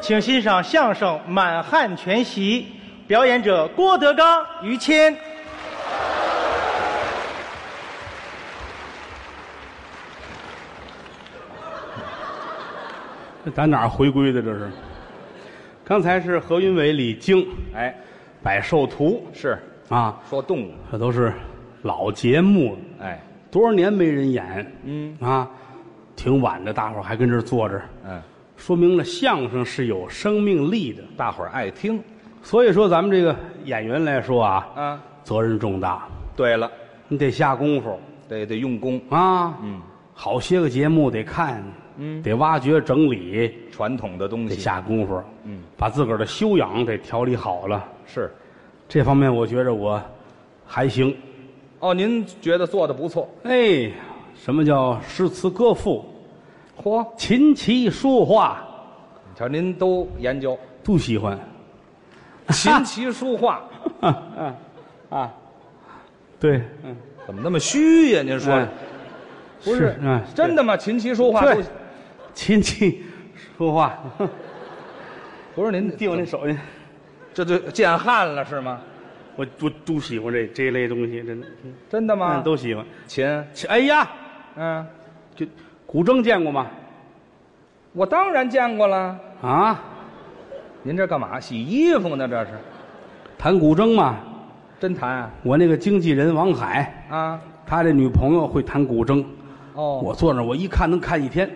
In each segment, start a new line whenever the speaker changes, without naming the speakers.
请欣赏相声《满汉全席》，表演者郭德纲、于谦。
这打哪儿回归的？这是？刚才是何云伟、李菁，
哎，
百寿图
是
啊，
说动物，
这都是老节目了，
哎，
多少年没人演，
嗯
啊，挺晚的，大伙儿还跟这儿坐着，
嗯，
说明了相声是有生命力的。
大伙儿爱听
所以说，咱们这个演员来说啊，
啊。
责任重大，
对了，
你得下功夫
得得用功，
啊。
嗯，
好些个节目得看，嗯，得挖掘整理，
传统的东
得
西
下功夫，
嗯，
把自个儿的修养得调理好了。
是。
这方面我觉着我还行。
哦，您觉得做的不错，
哎，什么叫诗词歌赋、
嚯，
琴棋书画
你瞧您都研究，
都喜欢，
琴棋书画，
啊啊，对，嗯，
怎么那么虚呀？您说
哎
的不是
嗯，
真的吗？琴棋书画
对
都
琴棋书画，
不是您
递我那手去，
这就见汉了是吗？
我我都喜欢这这一类东西，真的，嗯
真的吗？
都喜欢。
琴，
琴哎呀，
嗯，
就古筝见过吗？
我当然见过了。
啊，
您这干嘛？洗衣服呢？这是
弹古筝嘛。
真弹啊？
我那个经纪人王海，
啊，
他这女朋友会弹古筝，
哦，
我坐那儿我一看能看一天。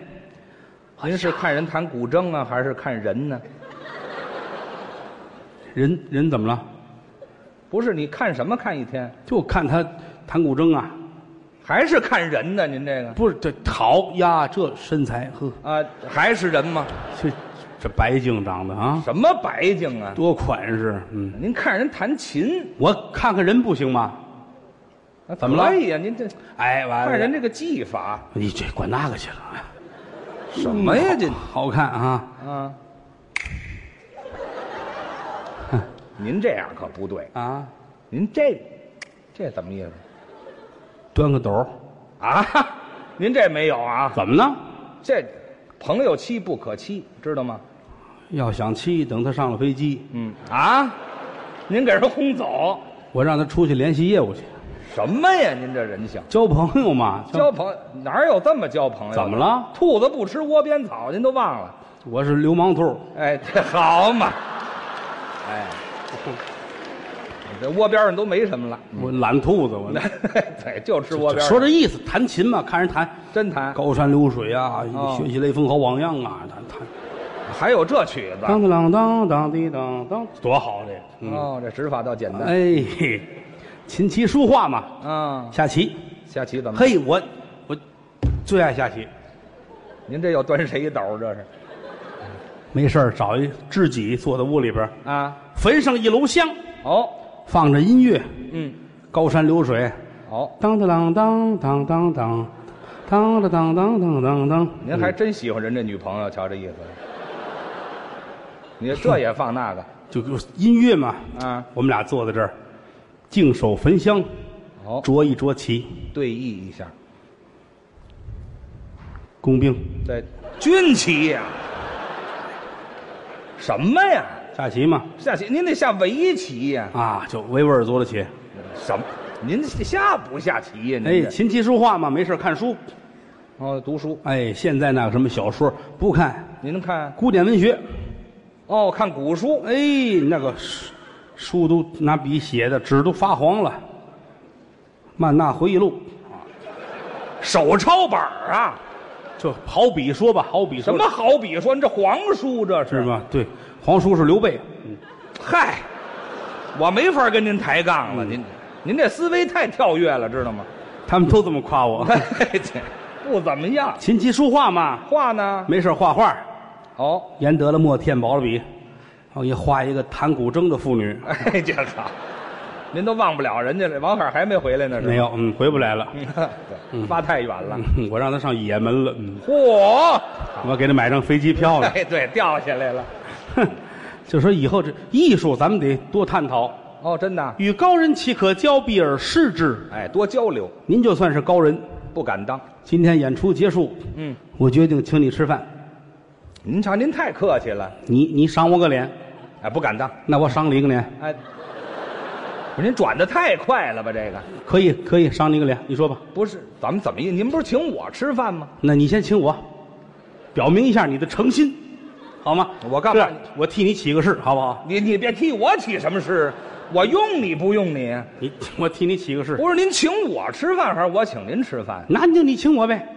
您是看人弹古筝啊，还是看人呢？
人人怎么了？
不是，你看什么看一天？
就看他弹古筝啊，
还是看人呢？您这个
不是这好呀，这身材呵，
啊，还是人吗？
这这白净长得啊，
什么白净啊？
多款式。嗯，
您看人弹琴，
我看看人不行吗？
啊
怎么了
可以呀、您这
哎，完了，
看人这个技法
你这管那个去了？
什么呀？这
好看啊
啊，您这样可不对，
啊，
您这这怎么意思
端个斗儿，
啊？您这没有啊？
怎么呢？
这朋友妻不可欺，知道吗？
要想妻，等他上了飞机，
嗯啊，您给人轰走
我让他出去联系业务去，
什么呀？您这人性，
交朋友嘛。
交朋友哪有这么交朋友？啊
怎么？了？
兔子不吃窝边草，您都忘了？
我是流氓兔，
哎， 这好嘛，哎，这窝边上都没什么了，
我懒兔子，我
对，就吃窝边上。
说这意思，弹琴嘛，看人弹。
真弹，
高山流水啊，
哦
学习雷锋好榜样啊，他他
还有这曲子
当当当当滴当当，多好这个！嗯，
哦，这指法倒简单
哎，嘿琴棋书画嘛，
啊。
下棋。
下棋怎么？
哎嘿，我我最爱下棋，
您这又端谁一斗？这是
没事儿找一知己坐在屋里边儿，
啊？
焚上一炉香，
哦，
放着音乐，
嗯，
高山流水，
哦，
当当当当当当当，当当当当当当当。嗯
您还真喜欢人这女朋友，瞧这意 思。你这也放那个
就就音乐嘛，
啊？
我们俩坐在这儿，净手焚香，
哦，
酌一酌棋，
对弈一下，
工兵
对，军棋呀、什么呀？
下棋嘛。
下棋您得下围棋呀、
啊，就维吾尔族的棋。
什么？您下不下棋呀、您
哎，
这
琴棋书画嘛，没事儿看书。
哦，读书
哎，现在那个什么小说不看，
您看
古典文学。
哦，看古书
哎，那个书书都拿笔写的，纸都发黄了。《曼纳回忆录
手抄本儿啊。》
就好比说吧，好比
什
说
么好比说？你这皇叔这是
是？吧？对，皇叔是刘备。
嗨，我没法跟您抬杠了，
嗯
您您这思维太跳跃了，知道吗？
他们都这么夸 我。
这不怎么样。
琴棋书画嘛，
画呢？
没事儿画画，
哦，
研得了墨，添薄了笔，我给你画一个弹古筝的妇女。
哎，这好，您都忘不了人家了。王海还没回来呢，是吧
没？有，嗯，回不来了。
对发太远了。
嗯我让他上也门了，嗯，
嚯！
我给他买张飞机票了。
哎，对，掉下来了。
哼，就说以后这艺术，咱们得多探讨。
哦，真的。
与高人岂可交臂而视之？
哎，多交流，
您就算是高人。
不敢当。
今天演出结束，
嗯，
我决定请你吃饭。
您瞧，您太客气了，
你你赏我个脸，
哎，不敢当，
那我赏你一个脸，
哎，不是您转的太快了吧？这个
可以可以赏你一个脸，你说吧。
不是咱们怎么一？您不是请我吃饭吗？
那你先请我，表明一下你的诚心，好吗？
我干嘛
这样我替你起个誓，好不好？
你你别替我起什么誓，我用你不用你？
你我替你起个誓，
不是您请我吃饭还是我请您吃饭？
那你就你请我呗，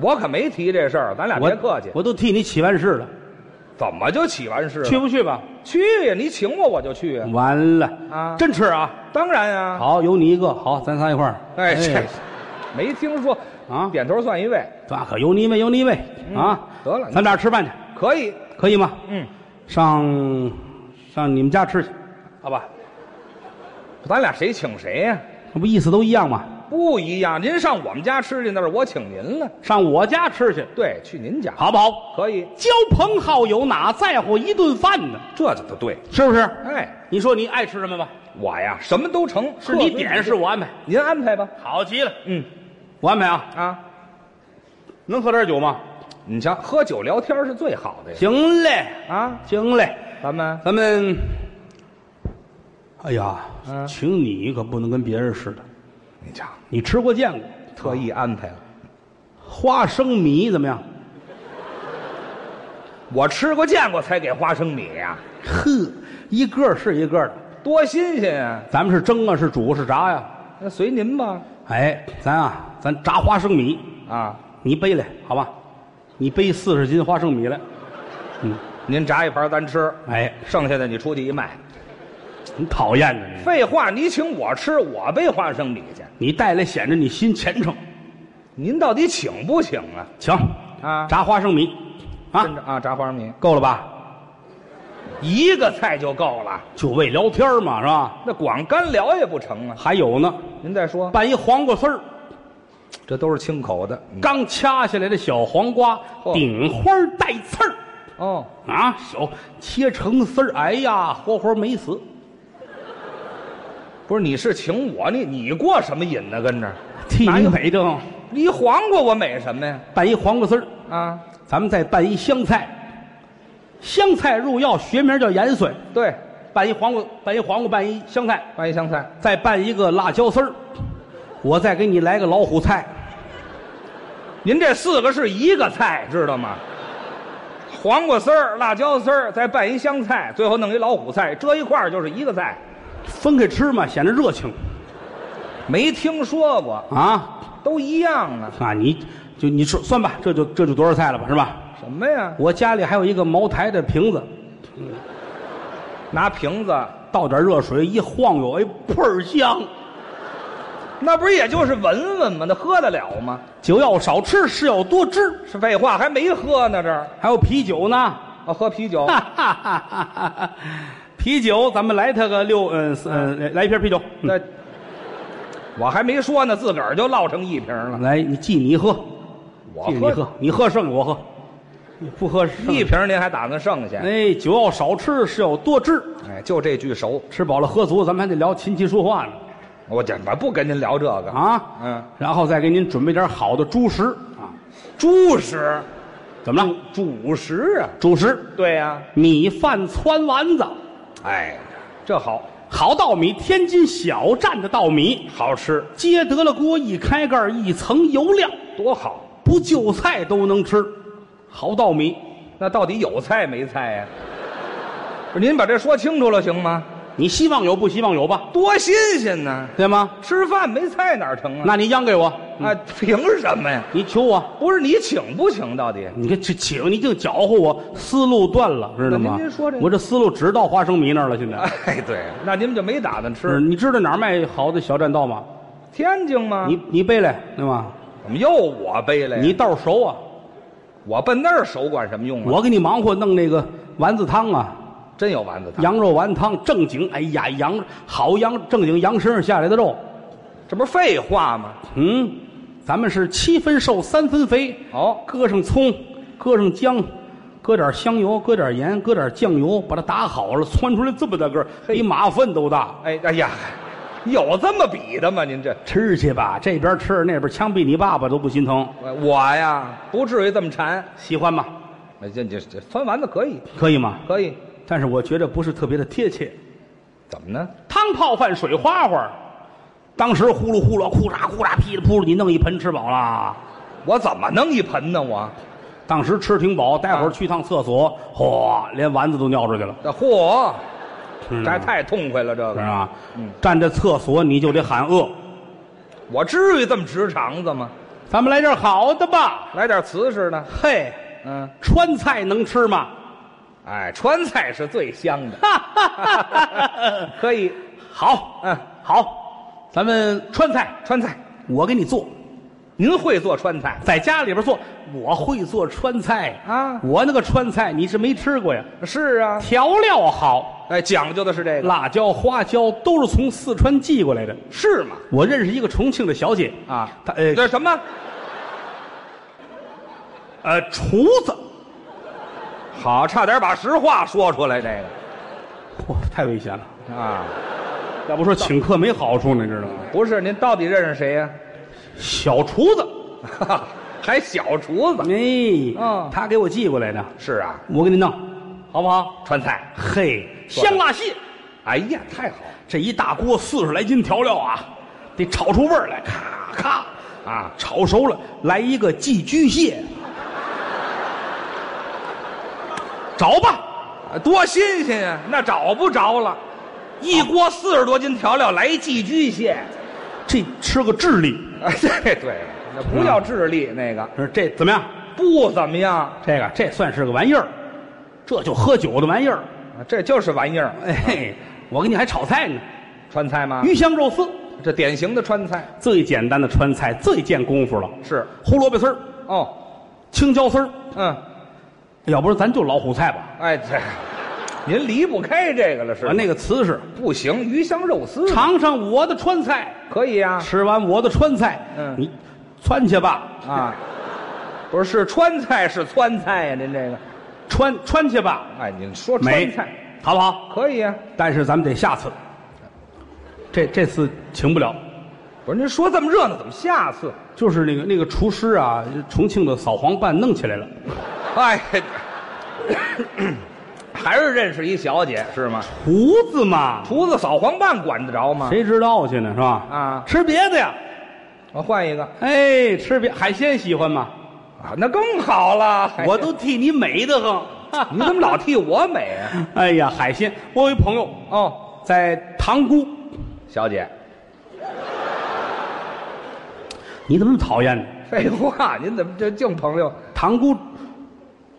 我可没提这事儿，咱俩
我
别客气。
我都替你起完誓了，
怎么就起完誓了？
去不去吧？
去呀！你请我我就去呀！
完了
啊
真吃啊！
当然呀。
好，有你一个，好，咱仨一块儿。
哎，这没听说
啊
点头算一位，
那可有你一位，有你一位啊！
得了
咱们俩吃饭去，
可以。
可以吗？
嗯，
上上你们家吃去，好吧？
咱俩谁请谁呀？
那不意思都一样吗？
不一样，您上我们家吃去，那是我请您了。
上我家吃去，
对，去您家
好不好？
可以，
交朋好友哪在乎一顿饭呢？
这就不对。
是不是？
哎，
你说你爱吃什么吧？
我呀什么都成，
是你
客随
点，
主
是我安排，
您安排吧。
好极了。
嗯
我安排啊，
啊，
能喝点酒吗？
你瞧，喝酒聊天是最好的呀。
行嘞，
啊，
行嘞，
咱们
咱们，哎呀，
嗯
请你可不能跟别人似的，
你瞧，
你吃过见过，
特意安排了。
花生米怎么样？
我吃过见过才给花生米呀、
呵，一个是一个的，
多新鲜啊！
咱们是蒸啊，是煮，是炸呀、
那随您吧。
哎，咱啊，咱炸花生米，
啊，
你背来好吧？你背四十斤花生米来，嗯，
您炸一盘咱吃，
哎，
剩下的你出去一卖。
你讨厌呢你，
废话，你请我吃，我背花生米去。
你带来显着你心虔诚。
您到底请不请啊？
行
啊
炸花生米，
跟
啊，
着啊，炸花生米
够了吧？
一个菜就够了，
就为聊天嘛，是吧？
那光干聊也不成啊。
还有呢，
您再说，
拌一黄瓜丝儿，
这都是清口的。嗯
刚掐下来的小黄瓜，
嚯
顶花带刺儿
哦，
啊，小切成丝儿，哎呀，活活没死。
不是，你是请我，你你过什么瘾呢？跟着
替
哪
你
有
美正，
一黄瓜，我美什么呀？
拌一黄瓜丝儿，
啊，
咱们再拌一香菜，香菜入药，学名叫盐笋。
对，
拌一黄瓜，拌一黄瓜，拌一香菜，
拌一香菜，
再拌一个辣椒丝儿，我再给你来个老虎菜。
您这四个是一个菜，知道吗？黄瓜丝儿、辣椒丝儿，再拌一香菜，最后弄一老虎菜，这一块儿就是一个菜。
分开吃嘛，显得热情
没听说过，
啊
都一样啊？
啊！你就你说算吧，这就这就多少菜了吧，是吧？
什么呀？
我家里还有一个茅台的瓶子，
拿瓶子，
倒点热水一晃悠，哎，倍儿香。
那不是也就是闻闻吗？那喝得了吗？
酒要少吃，事要多知。
是废话，还没喝呢，这儿
还有啤酒呢，
啊，喝啤酒
哈哈哈哈哈！啤酒，咱们来它个六，嗯，四嗯，来来一瓶啤酒。嗯
那我还没说呢，自个儿就落成一瓶了。
来，你记你喝，
我
记你喝，你喝剩我喝，你不喝剩
一瓶，您还打算剩下？
哎，酒要少吃，事要多知。
哎，就这句熟，
吃饱了喝足，咱们还得聊琴棋书画呢
我怎么不跟您聊这个？
啊。
嗯，
然后再给您准备点好的猪食啊。
猪食，
怎么了？
主食啊，
主食，
对呀、
米饭、汆丸子，
哎，这好，
好稻米，天津小站的稻米，
好吃，
揭得了锅，一开盖儿，一层油亮，
多好。
不就菜都能吃。好稻米，
那到底有菜没菜呀、不是您把这说清楚了行吗？
你希望有不希望有吧？
多新鲜呢！
对吗？
吃饭没菜哪儿成啊？
那你央给我，
啊，凭什么呀？
你求我，
不是你请不请到底？
你看这请你净搅和我，思路断了，知道吗
那您您说这？个
我这思路只到花生米那儿了，现在。
哎，对，那您们就没打算
是，
吃
你知道哪儿卖好的小栈道吗？
天津吗？
你你背来对吗？
怎么又我背了呀？
你道儿熟啊，
我奔那儿熟管什么用啊？
我给你忙活弄那个丸子汤啊，
真有丸子汤，
羊肉丸子汤正经，哎呀，羊好羊正经羊身上下来的肉，
这不是废话吗？
嗯，咱们是七分瘦三分肥，
哦，
搁上葱，搁上姜，搁点香油，搁点盐，搁点酱油，把它打好了，窜出来这么大个儿，比马粪都大。
哎哎呀，有这么比的吗？您这
吃去吧，这边吃那边枪毙你爸爸都不心疼，
我呀，不至于这么馋。
喜欢吗？
哎这这这酸丸子可以，
可以吗？
可以，
但是我觉得不是特别的贴切。
怎么呢？
汤泡饭水花花，当时呼噜呼噜，呼嚓呼嚓，噼里扑噜，你弄一盆吃饱啦。
我怎么弄一盆呢？我
当时吃挺饱，待会儿
啊
去趟厕所，嚯，连丸子都尿出去了，
这嚯，
知
这
道
还
吗
太痛快了，这
是
个
吧？
嗯
站在厕所你就得喊饿。
我至于这么直肠子吗？
咱们来点好的吧，
来点瓷实的，
嘿，
嗯，
川菜能吃吗？
哎，川菜是最香的，
哈哈哈哈哈！
可以，
好，
嗯，
好，咱们川菜，
川菜，
我给你做，
您会做川菜？
在家里边做，我会做川菜
啊
我那个川菜你是没吃过呀，
是啊，
调料好，
哎，讲究的是这个，
辣椒、花椒都是从四川寄过来的。
是吗？
我认识一个重庆的小姐
啊
她呃
这什么？
呃厨子，
好，差点把实话说出来，这
哇，太危险了，
个啊，
要不说请客没好处，你知道吗？
不是，您到底认识谁呀、
小厨子，
还小厨子？
哎，
啊
他给我寄过来的，
是啊，
我给你弄，好不好？
川菜。
嘿，
说得
香辣蟹，
哎呀，太好
这一大锅四十来斤调料啊，得炒出味儿来，咔咔，
了啊！
炒熟了，来一个寄居蟹，找吧，
啊多新鲜呀、那找不着了，一锅四十多斤调料来寄居蟹。
这吃个智力，
哎，对对，那不叫智力，那个
说这怎么样？
不怎么样，
这个这算是个玩意儿，这就喝酒的玩意儿。
啊这就是玩意儿。
哎嘿，我给你还炒菜呢，
川菜吗？
鱼香肉丝，
这典型的川菜
最简单的川菜，最见功夫了。
是
胡萝卜丝儿、
哦，
青椒丝儿，
嗯，
要不然咱就老虎菜吧。
哎，这您离不开这个了是吧？
我啊那个瓷实，
不行，鱼香肉丝
尝尝我的川菜，
可以呀、
吃完我的川菜，
啊嗯
你川去吧，
啊，不是是川菜是川菜呀、您这个，
川川去吧，
哎，您说川
美
菜，
好不好？
可以呀、
但是咱们得下次，这这次请不了。
不是您说这么热闹，怎么下次？
就是那个那个厨师啊，重庆的扫黄办弄起来了。
哎，还是认识一小姐是吗？
胡子嘛，
厨子扫黄办管得着吗？
谁知道去呢？是吧？
啊
吃别的呀，
我换一个
哎，吃别海鲜喜欢吗？
啊，那更好了。海鲜
我都替你美得很。
你怎么老替我美啊？
哎呀，海鲜！我有一朋友
哦，
在塘沽，
小姐，
你怎么那么讨厌呢？
废话，您怎么这净朋友？
塘沽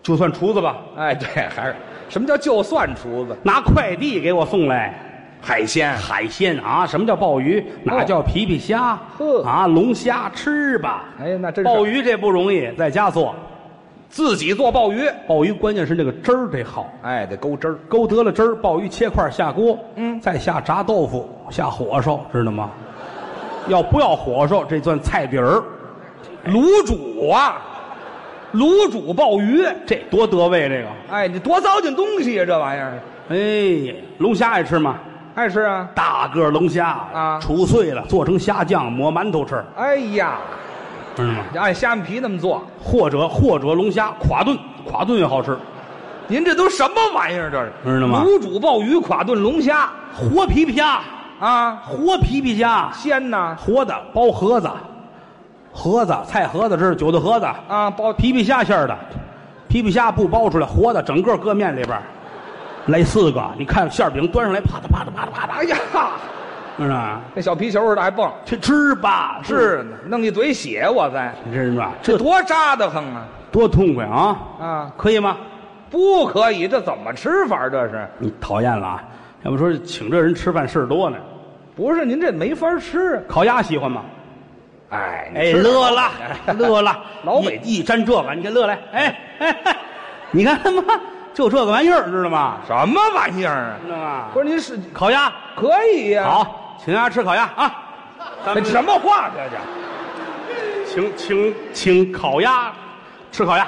就算厨子吧，
哎，对，还是什么叫就算厨子？
拿快递给我送来
海鲜
海鲜啊！什么叫鲍鱼？哪叫皮皮虾？
呵
啊，龙虾吃吧。
哎呀那真是
鲍鱼这不容易，在家做
自己做鲍鱼，
鲍鱼，关键是那个汁儿得好。
哎，得勾汁儿。
勾得了汁儿，鲍鱼切块下锅，
嗯
再下炸豆腐，下火烧，知道吗？要不要火烧？这算菜底儿，
卤煮啊，卤煮鲍鱼，
这多得味这个。
哎，你多糟践东西啊，这玩意儿。
哎，龙虾爱吃吗？
爱吃啊。
大个儿龙虾
啊
杵碎了做成虾酱，抹馒头吃，
哎呀，
知道吗？
按虾米皮那么做，
或者或者龙虾垮炖，垮炖也好吃，
您这都什么玩意儿？这是
知道吗
卤煮鲍鱼、垮炖龙虾
活皮皮虾，
啊，
活皮皮虾，
鲜呐
活的包盒子，盒子菜盒子这是韭菜盒子
啊，包
皮皮虾馅儿的，皮皮虾不剥出来，活的，整个搁面里边儿，来四个，你看馅儿饼端上来，啪嗒啪嗒啪嗒啪
哎呀，
嗒，是吧？
那小皮球似的还蹦，
去吃吧，
是呢，弄一嘴血，我在，
你知道吧？
这
这
多扎的很啊
多痛快啊！
啊！
可以吗？
不可以，这怎么吃法？这是
你讨厌了啊？要不说请这人吃饭事儿多呢？
不是您这没法吃？啊
烤鸭喜欢吗？
哎，你
哎，
吃
乐了，乐了，
老北
一一沾这个，你这乐来，哎哎，哎你看他妈就这个玩意儿，知道吗？
什么玩意儿啊？
知道吗
不？是您是
烤鸭
可以呀、
好，请大家吃烤鸭啊！咱们
什么话这是？
请请请烤鸭，吃烤鸭。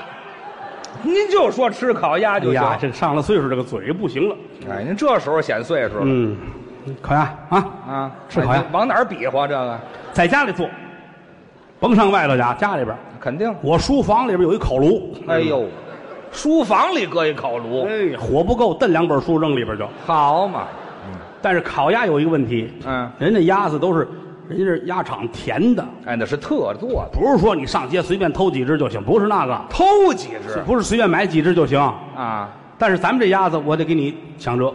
您就说吃烤鸭
哎
就行。
呀，这个上了岁数，这个嘴不行了。
哎，您这时候显岁数了、
嗯，烤鸭啊，
啊！
吃烤鸭
往哪儿比划这个？
在家里做，甭上外头家，家里边儿。
肯定。
我书房里边有一烤炉。
哎呦，书房里搁一烤炉，
哎，火不够，炖两本书扔里边就。
好嘛，
但是烤鸭有一个问题，
嗯
人家鸭子都是人家是鸭场填的，
哎，那是特做的，
不是说你上街随便偷几只就行，不是那个，
偷几只
不是随便买几只就行。
啊？
但是咱们这鸭子，我得给你抢着，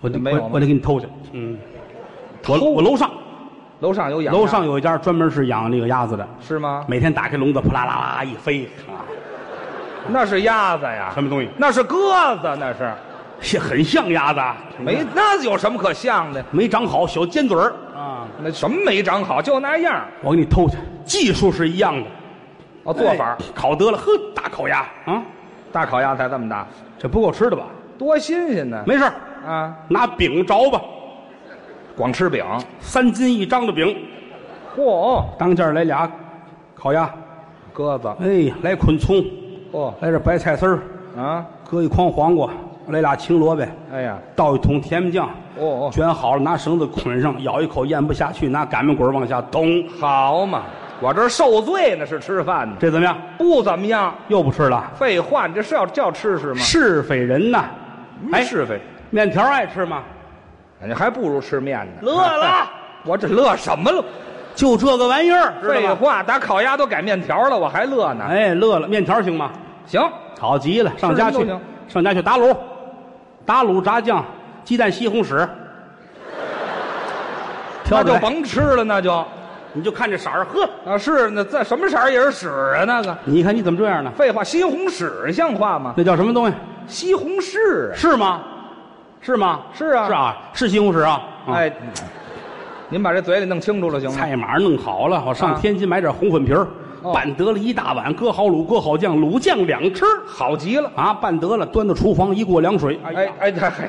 我得
没有
我
吗
我得给你偷去。嗯，我我楼上
楼上有养鸭，
楼上有一家专门是养那个鸭子的，
是吗？
每天打开笼子，扑啦啦啦一飞啊，
那是鸭子呀，
什么东西？
那是鸽子，那是
像很像鸭子啊，
没那有什么可像的？
没长好，小尖嘴儿啊，
那什么没长好，就那样。
我给你偷去，技术是一样的，
哦，做法儿
哎烤得了，呵，大烤鸭啊，
大烤鸭才这么大，
这不够吃的吧？
多新鲜呢！
没事儿，
啊，
拿饼着吧，
光吃饼，
三斤一张的饼，
嚯、
当间儿来俩烤鸭，
鸽子，
哎，来捆葱，
嚯、
来点白菜丝儿，
啊，
搁一筐黄瓜，来俩青萝卜，
哎呀，
倒一桶甜面酱，
哦哦
卷好了拿绳子捆上，咬一口咽不下去，拿擀面棍儿往下捅，
好嘛，我这受罪呢，是吃饭呢，
这怎么样？
不怎么样。
又不吃了？
废话，你这是要叫吃是吗？
是非人呐！
哎，是非，
面条爱吃吗？
你还不如吃面呢。
乐了，
我这乐什么了？
就这个玩意儿，知
废
道吗？
话，打烤鸭都改面条了，我还乐呢。
哎，乐了，面条行吗？
行，
好极了，上家
吃什
去
么都行，
上家去打卤，打卤炸酱，鸡蛋西红 柿，挑
那
着
就
来
甭吃了，那就
你就看这色儿，呵，
啊是那在什么色儿也是屎啊那个。
你看你怎么这样呢？
废话，西红柿像话吗？
那叫什么东西？
西红柿啊，
是吗？是吗？
是啊
是啊，是西红柿啊。啊，
哎，您把这嘴里弄清楚了行吗？
菜码弄好了，我上
啊
天津买点红粉皮儿，
哦
拌得了一大碗，搁好卤，搁好酱，卤酱两吃
好极了，
啊，拌得了，端到厨房一过凉水，
哎哎这还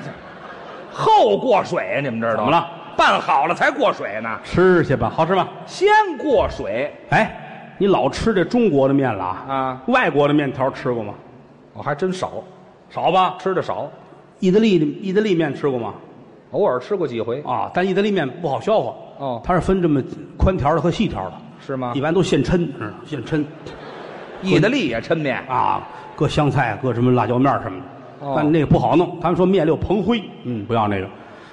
后过水，啊你们知道
怎么？了？
拌好了才过水呢，
吃去吧，好吃吧？
先过水。
哎，你老吃这中国的面了啊？
啊，
外国的面条吃过吗？
我还真少
少吧？
吃的少，
意大利的意大利面吃过吗？
偶尔吃过几回，
啊，但意大利面不好消化。
哦啊
它是分这么宽条的和细条的，
是吗
一？般都现抻，知道吗现抻
意大利也抻面，
啊，搁香菜，搁什么辣椒面什么的。
哦
但那个不好弄，他们说面里有蓬灰，嗯，不要那个。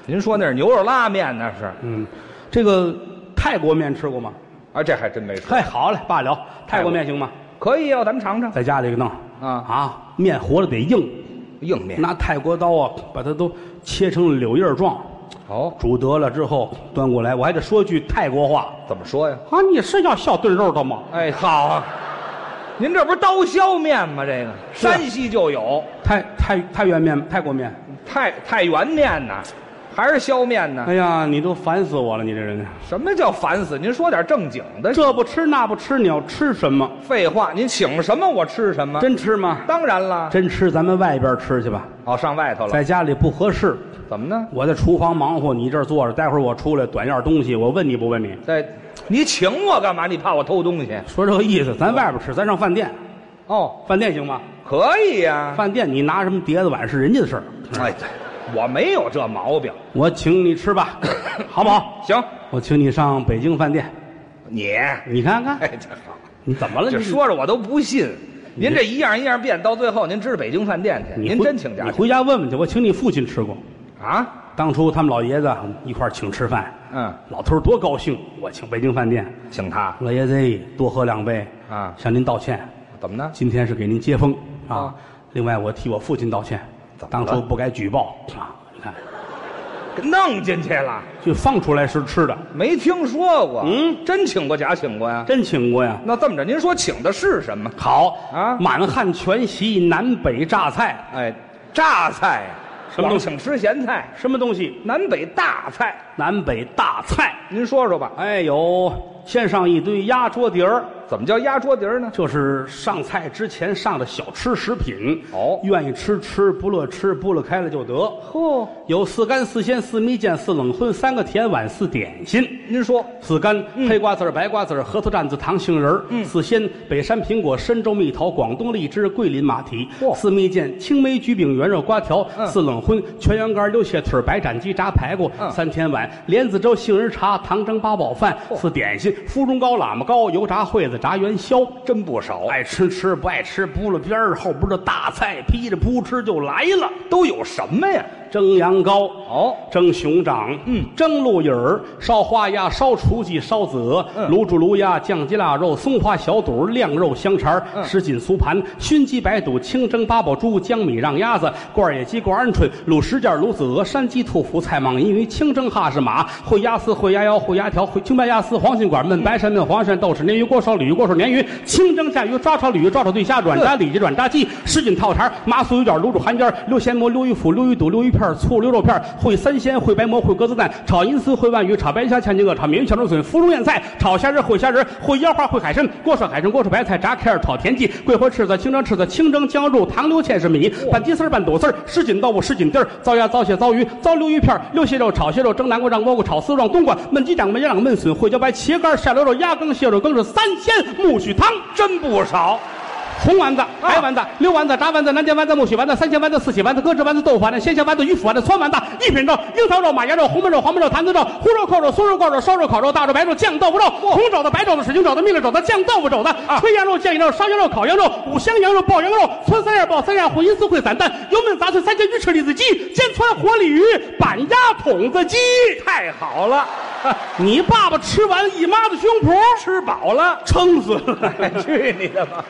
您说那是牛肉拉面那是？
嗯，这个泰国面吃过吗？
啊，这还真没吃。
嘿，好嘞，罢了。泰国面行吗？
可以啊，咱们尝尝
在家里给弄
啊
啊，面活了得硬，
硬面。
拿泰国刀啊，把它都切成柳叶状，
哦，
煮得了之后端过来，我还得说句泰国话
怎么说呀？
啊，你是要笑炖肉的吗？
哎，好啊，您这不是刀削面吗？这个
是啊
山西就有
泰泰泰原面，泰国面。
太太原面呢，还是削面呢？
哎呀，你都烦死我了，你这人，
什么叫烦死？您说点正经的。
这不吃那不吃，你要吃什么？
废话，您请什么我吃什么。
真吃吗？
当然了，
真吃，咱们外边吃去吧，
哦，上外头了。
在家里不合适。
怎么呢？
我在厨房忙活，你这儿坐着，待会儿我出来短样东西，我问你不问你？
在，你请我干嘛？你怕我偷东西？
说这个意思，咱外边吃，咱上饭店，
哦，
饭店行吗？
可以呀、
饭店你拿什么碟子碗是人家的事儿，
哎，对，我没有这毛病。
我请你吃 吧，好不好？
行，
我请你上北京饭店，
你，
你看看
哎，这好，
你怎么了？
这
你
说着我都不信。您这一样一样变，到最后您支北京饭店去，
你
您
回
真请假
你
去
回家问问去。我请你父亲吃过，
啊？
当初他们老爷子一块儿请吃饭，
嗯，
老头儿多高兴，我请北京饭店，
请他
老爷子哎多喝两杯
啊
向您道歉，
怎么呢？
今天是给您接风啊
啊。
另外，我替我父亲道歉，
怎么
当
了
初不该举报啊。你看，
给弄进去了，
就放出来是吃的，
没听说过。
嗯，
真请过假请过呀？
真请过呀。
那这么着，您说请的是什么？
好
啊
满汉全席，南北榨菜，
哎，榨菜，
什么
光
东西
请吃咸菜，
什么东西？
南北大菜，
南北大菜。
您说说吧，
哎，有先上一堆压桌底儿，
怎么叫压桌底儿呢？
就是上菜之前上的小吃食品。
哦
愿意吃吃，不乐吃不乐开了就得。
嚯，
有四干、四鲜、四蜜饯、四冷荤、三个甜碗、四点心。
您说
四干
嗯
黑瓜子儿、白瓜子儿、核桃蘸子、糖杏仁儿；四鲜北山苹果、深州蜜桃、广东荔枝、桂林马蹄；
嚯
四蜜饯青梅橘饼、圆肉瓜条；
嗯
四冷荤全羊肝、溜蟹腿儿、白斩鸡、炸排骨；
嗯
三甜碗碗，莲子粥、杏仁茶、糖蒸八宝饭
嚯
四点心，芙蓉糕、喇嘛糕、油炸烩子、炸元宵。
真不少，
爱吃吃，不爱吃扑了边儿，后边的大菜劈着扑哧就来了。
都有什么呀？
蒸羊羔，
哦，
蒸熊掌，
嗯
蒸鹿尾儿，烧花鸭，烧雏鸡，烧子鹅，
嗯
卤煮卤鸭，酱鸡腊肉，松花小肚，晾肉香肠，
嗯
什锦酥盘，熏鸡白肚，清蒸八宝猪，江米让鸭子，罐野鸡，罐鹌鹑，卤什件，卤子鹅，山鸡兔脯，菜蟒银鱼，清蒸哈士马，烩鸭丝，烩鸭腰，烩鸭条，烩清白鸭丝，黄心管焖白鳝，焖黄鳝，豆豉鲶鱼，锅烧鲤鱼，锅烧鲶鱼，清蒸下鱼，抓炒鲤鱼，抓炒对虾，软炸里脊，软炸鸡，什锦套肠，麻酥油角，卤煮寒尖，溜鲜蘑，溜鱼腐，溜鱼肚，溜鱼片，醋溜肉片，烩三鲜，烩白蘑，烩鸽子蛋，炒银丝，烩万鱼，炒白虾，千金鹅，炒鲶鱼，小竹笋，腐乳燕菜，炒虾仁，烩虾仁，烩腰花，烩海参，锅烧海参，锅烧白菜，炸开儿，炒田鸡，桂花翅子，清蒸翅子，清蒸姜肉，糖溜芡实米，拌鸡丝儿，拌肚丝儿，什锦豆腐，什锦丁儿，糟鸭，糟蟹，糟鱼，糟溜鱼片儿，溜蟹肉，炒蟹肉，蒸南瓜，让蘑菇，炒丝，让冬瓜，焖鸡掌，焖鸭掌，焖笋，烩茭白，茄干儿，下溜肉，鸭羹，蟹肉羹是三鲜苜蓿汤。
真不少，
红丸子、
啊
白丸子、溜丸子、炸丸子、南煎丸子、木须丸子、三鲜丸子、四喜丸子、鸽子丸子、豆腐丸子、鲜虾丸子、鱼腐丸子、酸丸子、一品肉、樱桃肉、马牙肉、红焖肉、黄焖肉、坛子肉、烀肉、扣肉、酥肉、扣肉、烧肉、烤肉、大肉、白肉、酱豆腐肉、
哦
红肘子、白肘子、水晶肘子、蜜栗肘子、酱豆腐肘子、
啊
炊羊肉、酱羊肉、烧羊肉、烤羊肉、五香羊肉、爆羊肉、汆三样、爆三样、混银丝烩散蛋、油焖杂碎、三鲜鱼翅、栗子鸡、煎川活鲤鱼、板鸭筒子鸡。
太好了，
你爸爸吃完一妈的胸脯，
吃饱了。
撑死了。
哎去你的吧！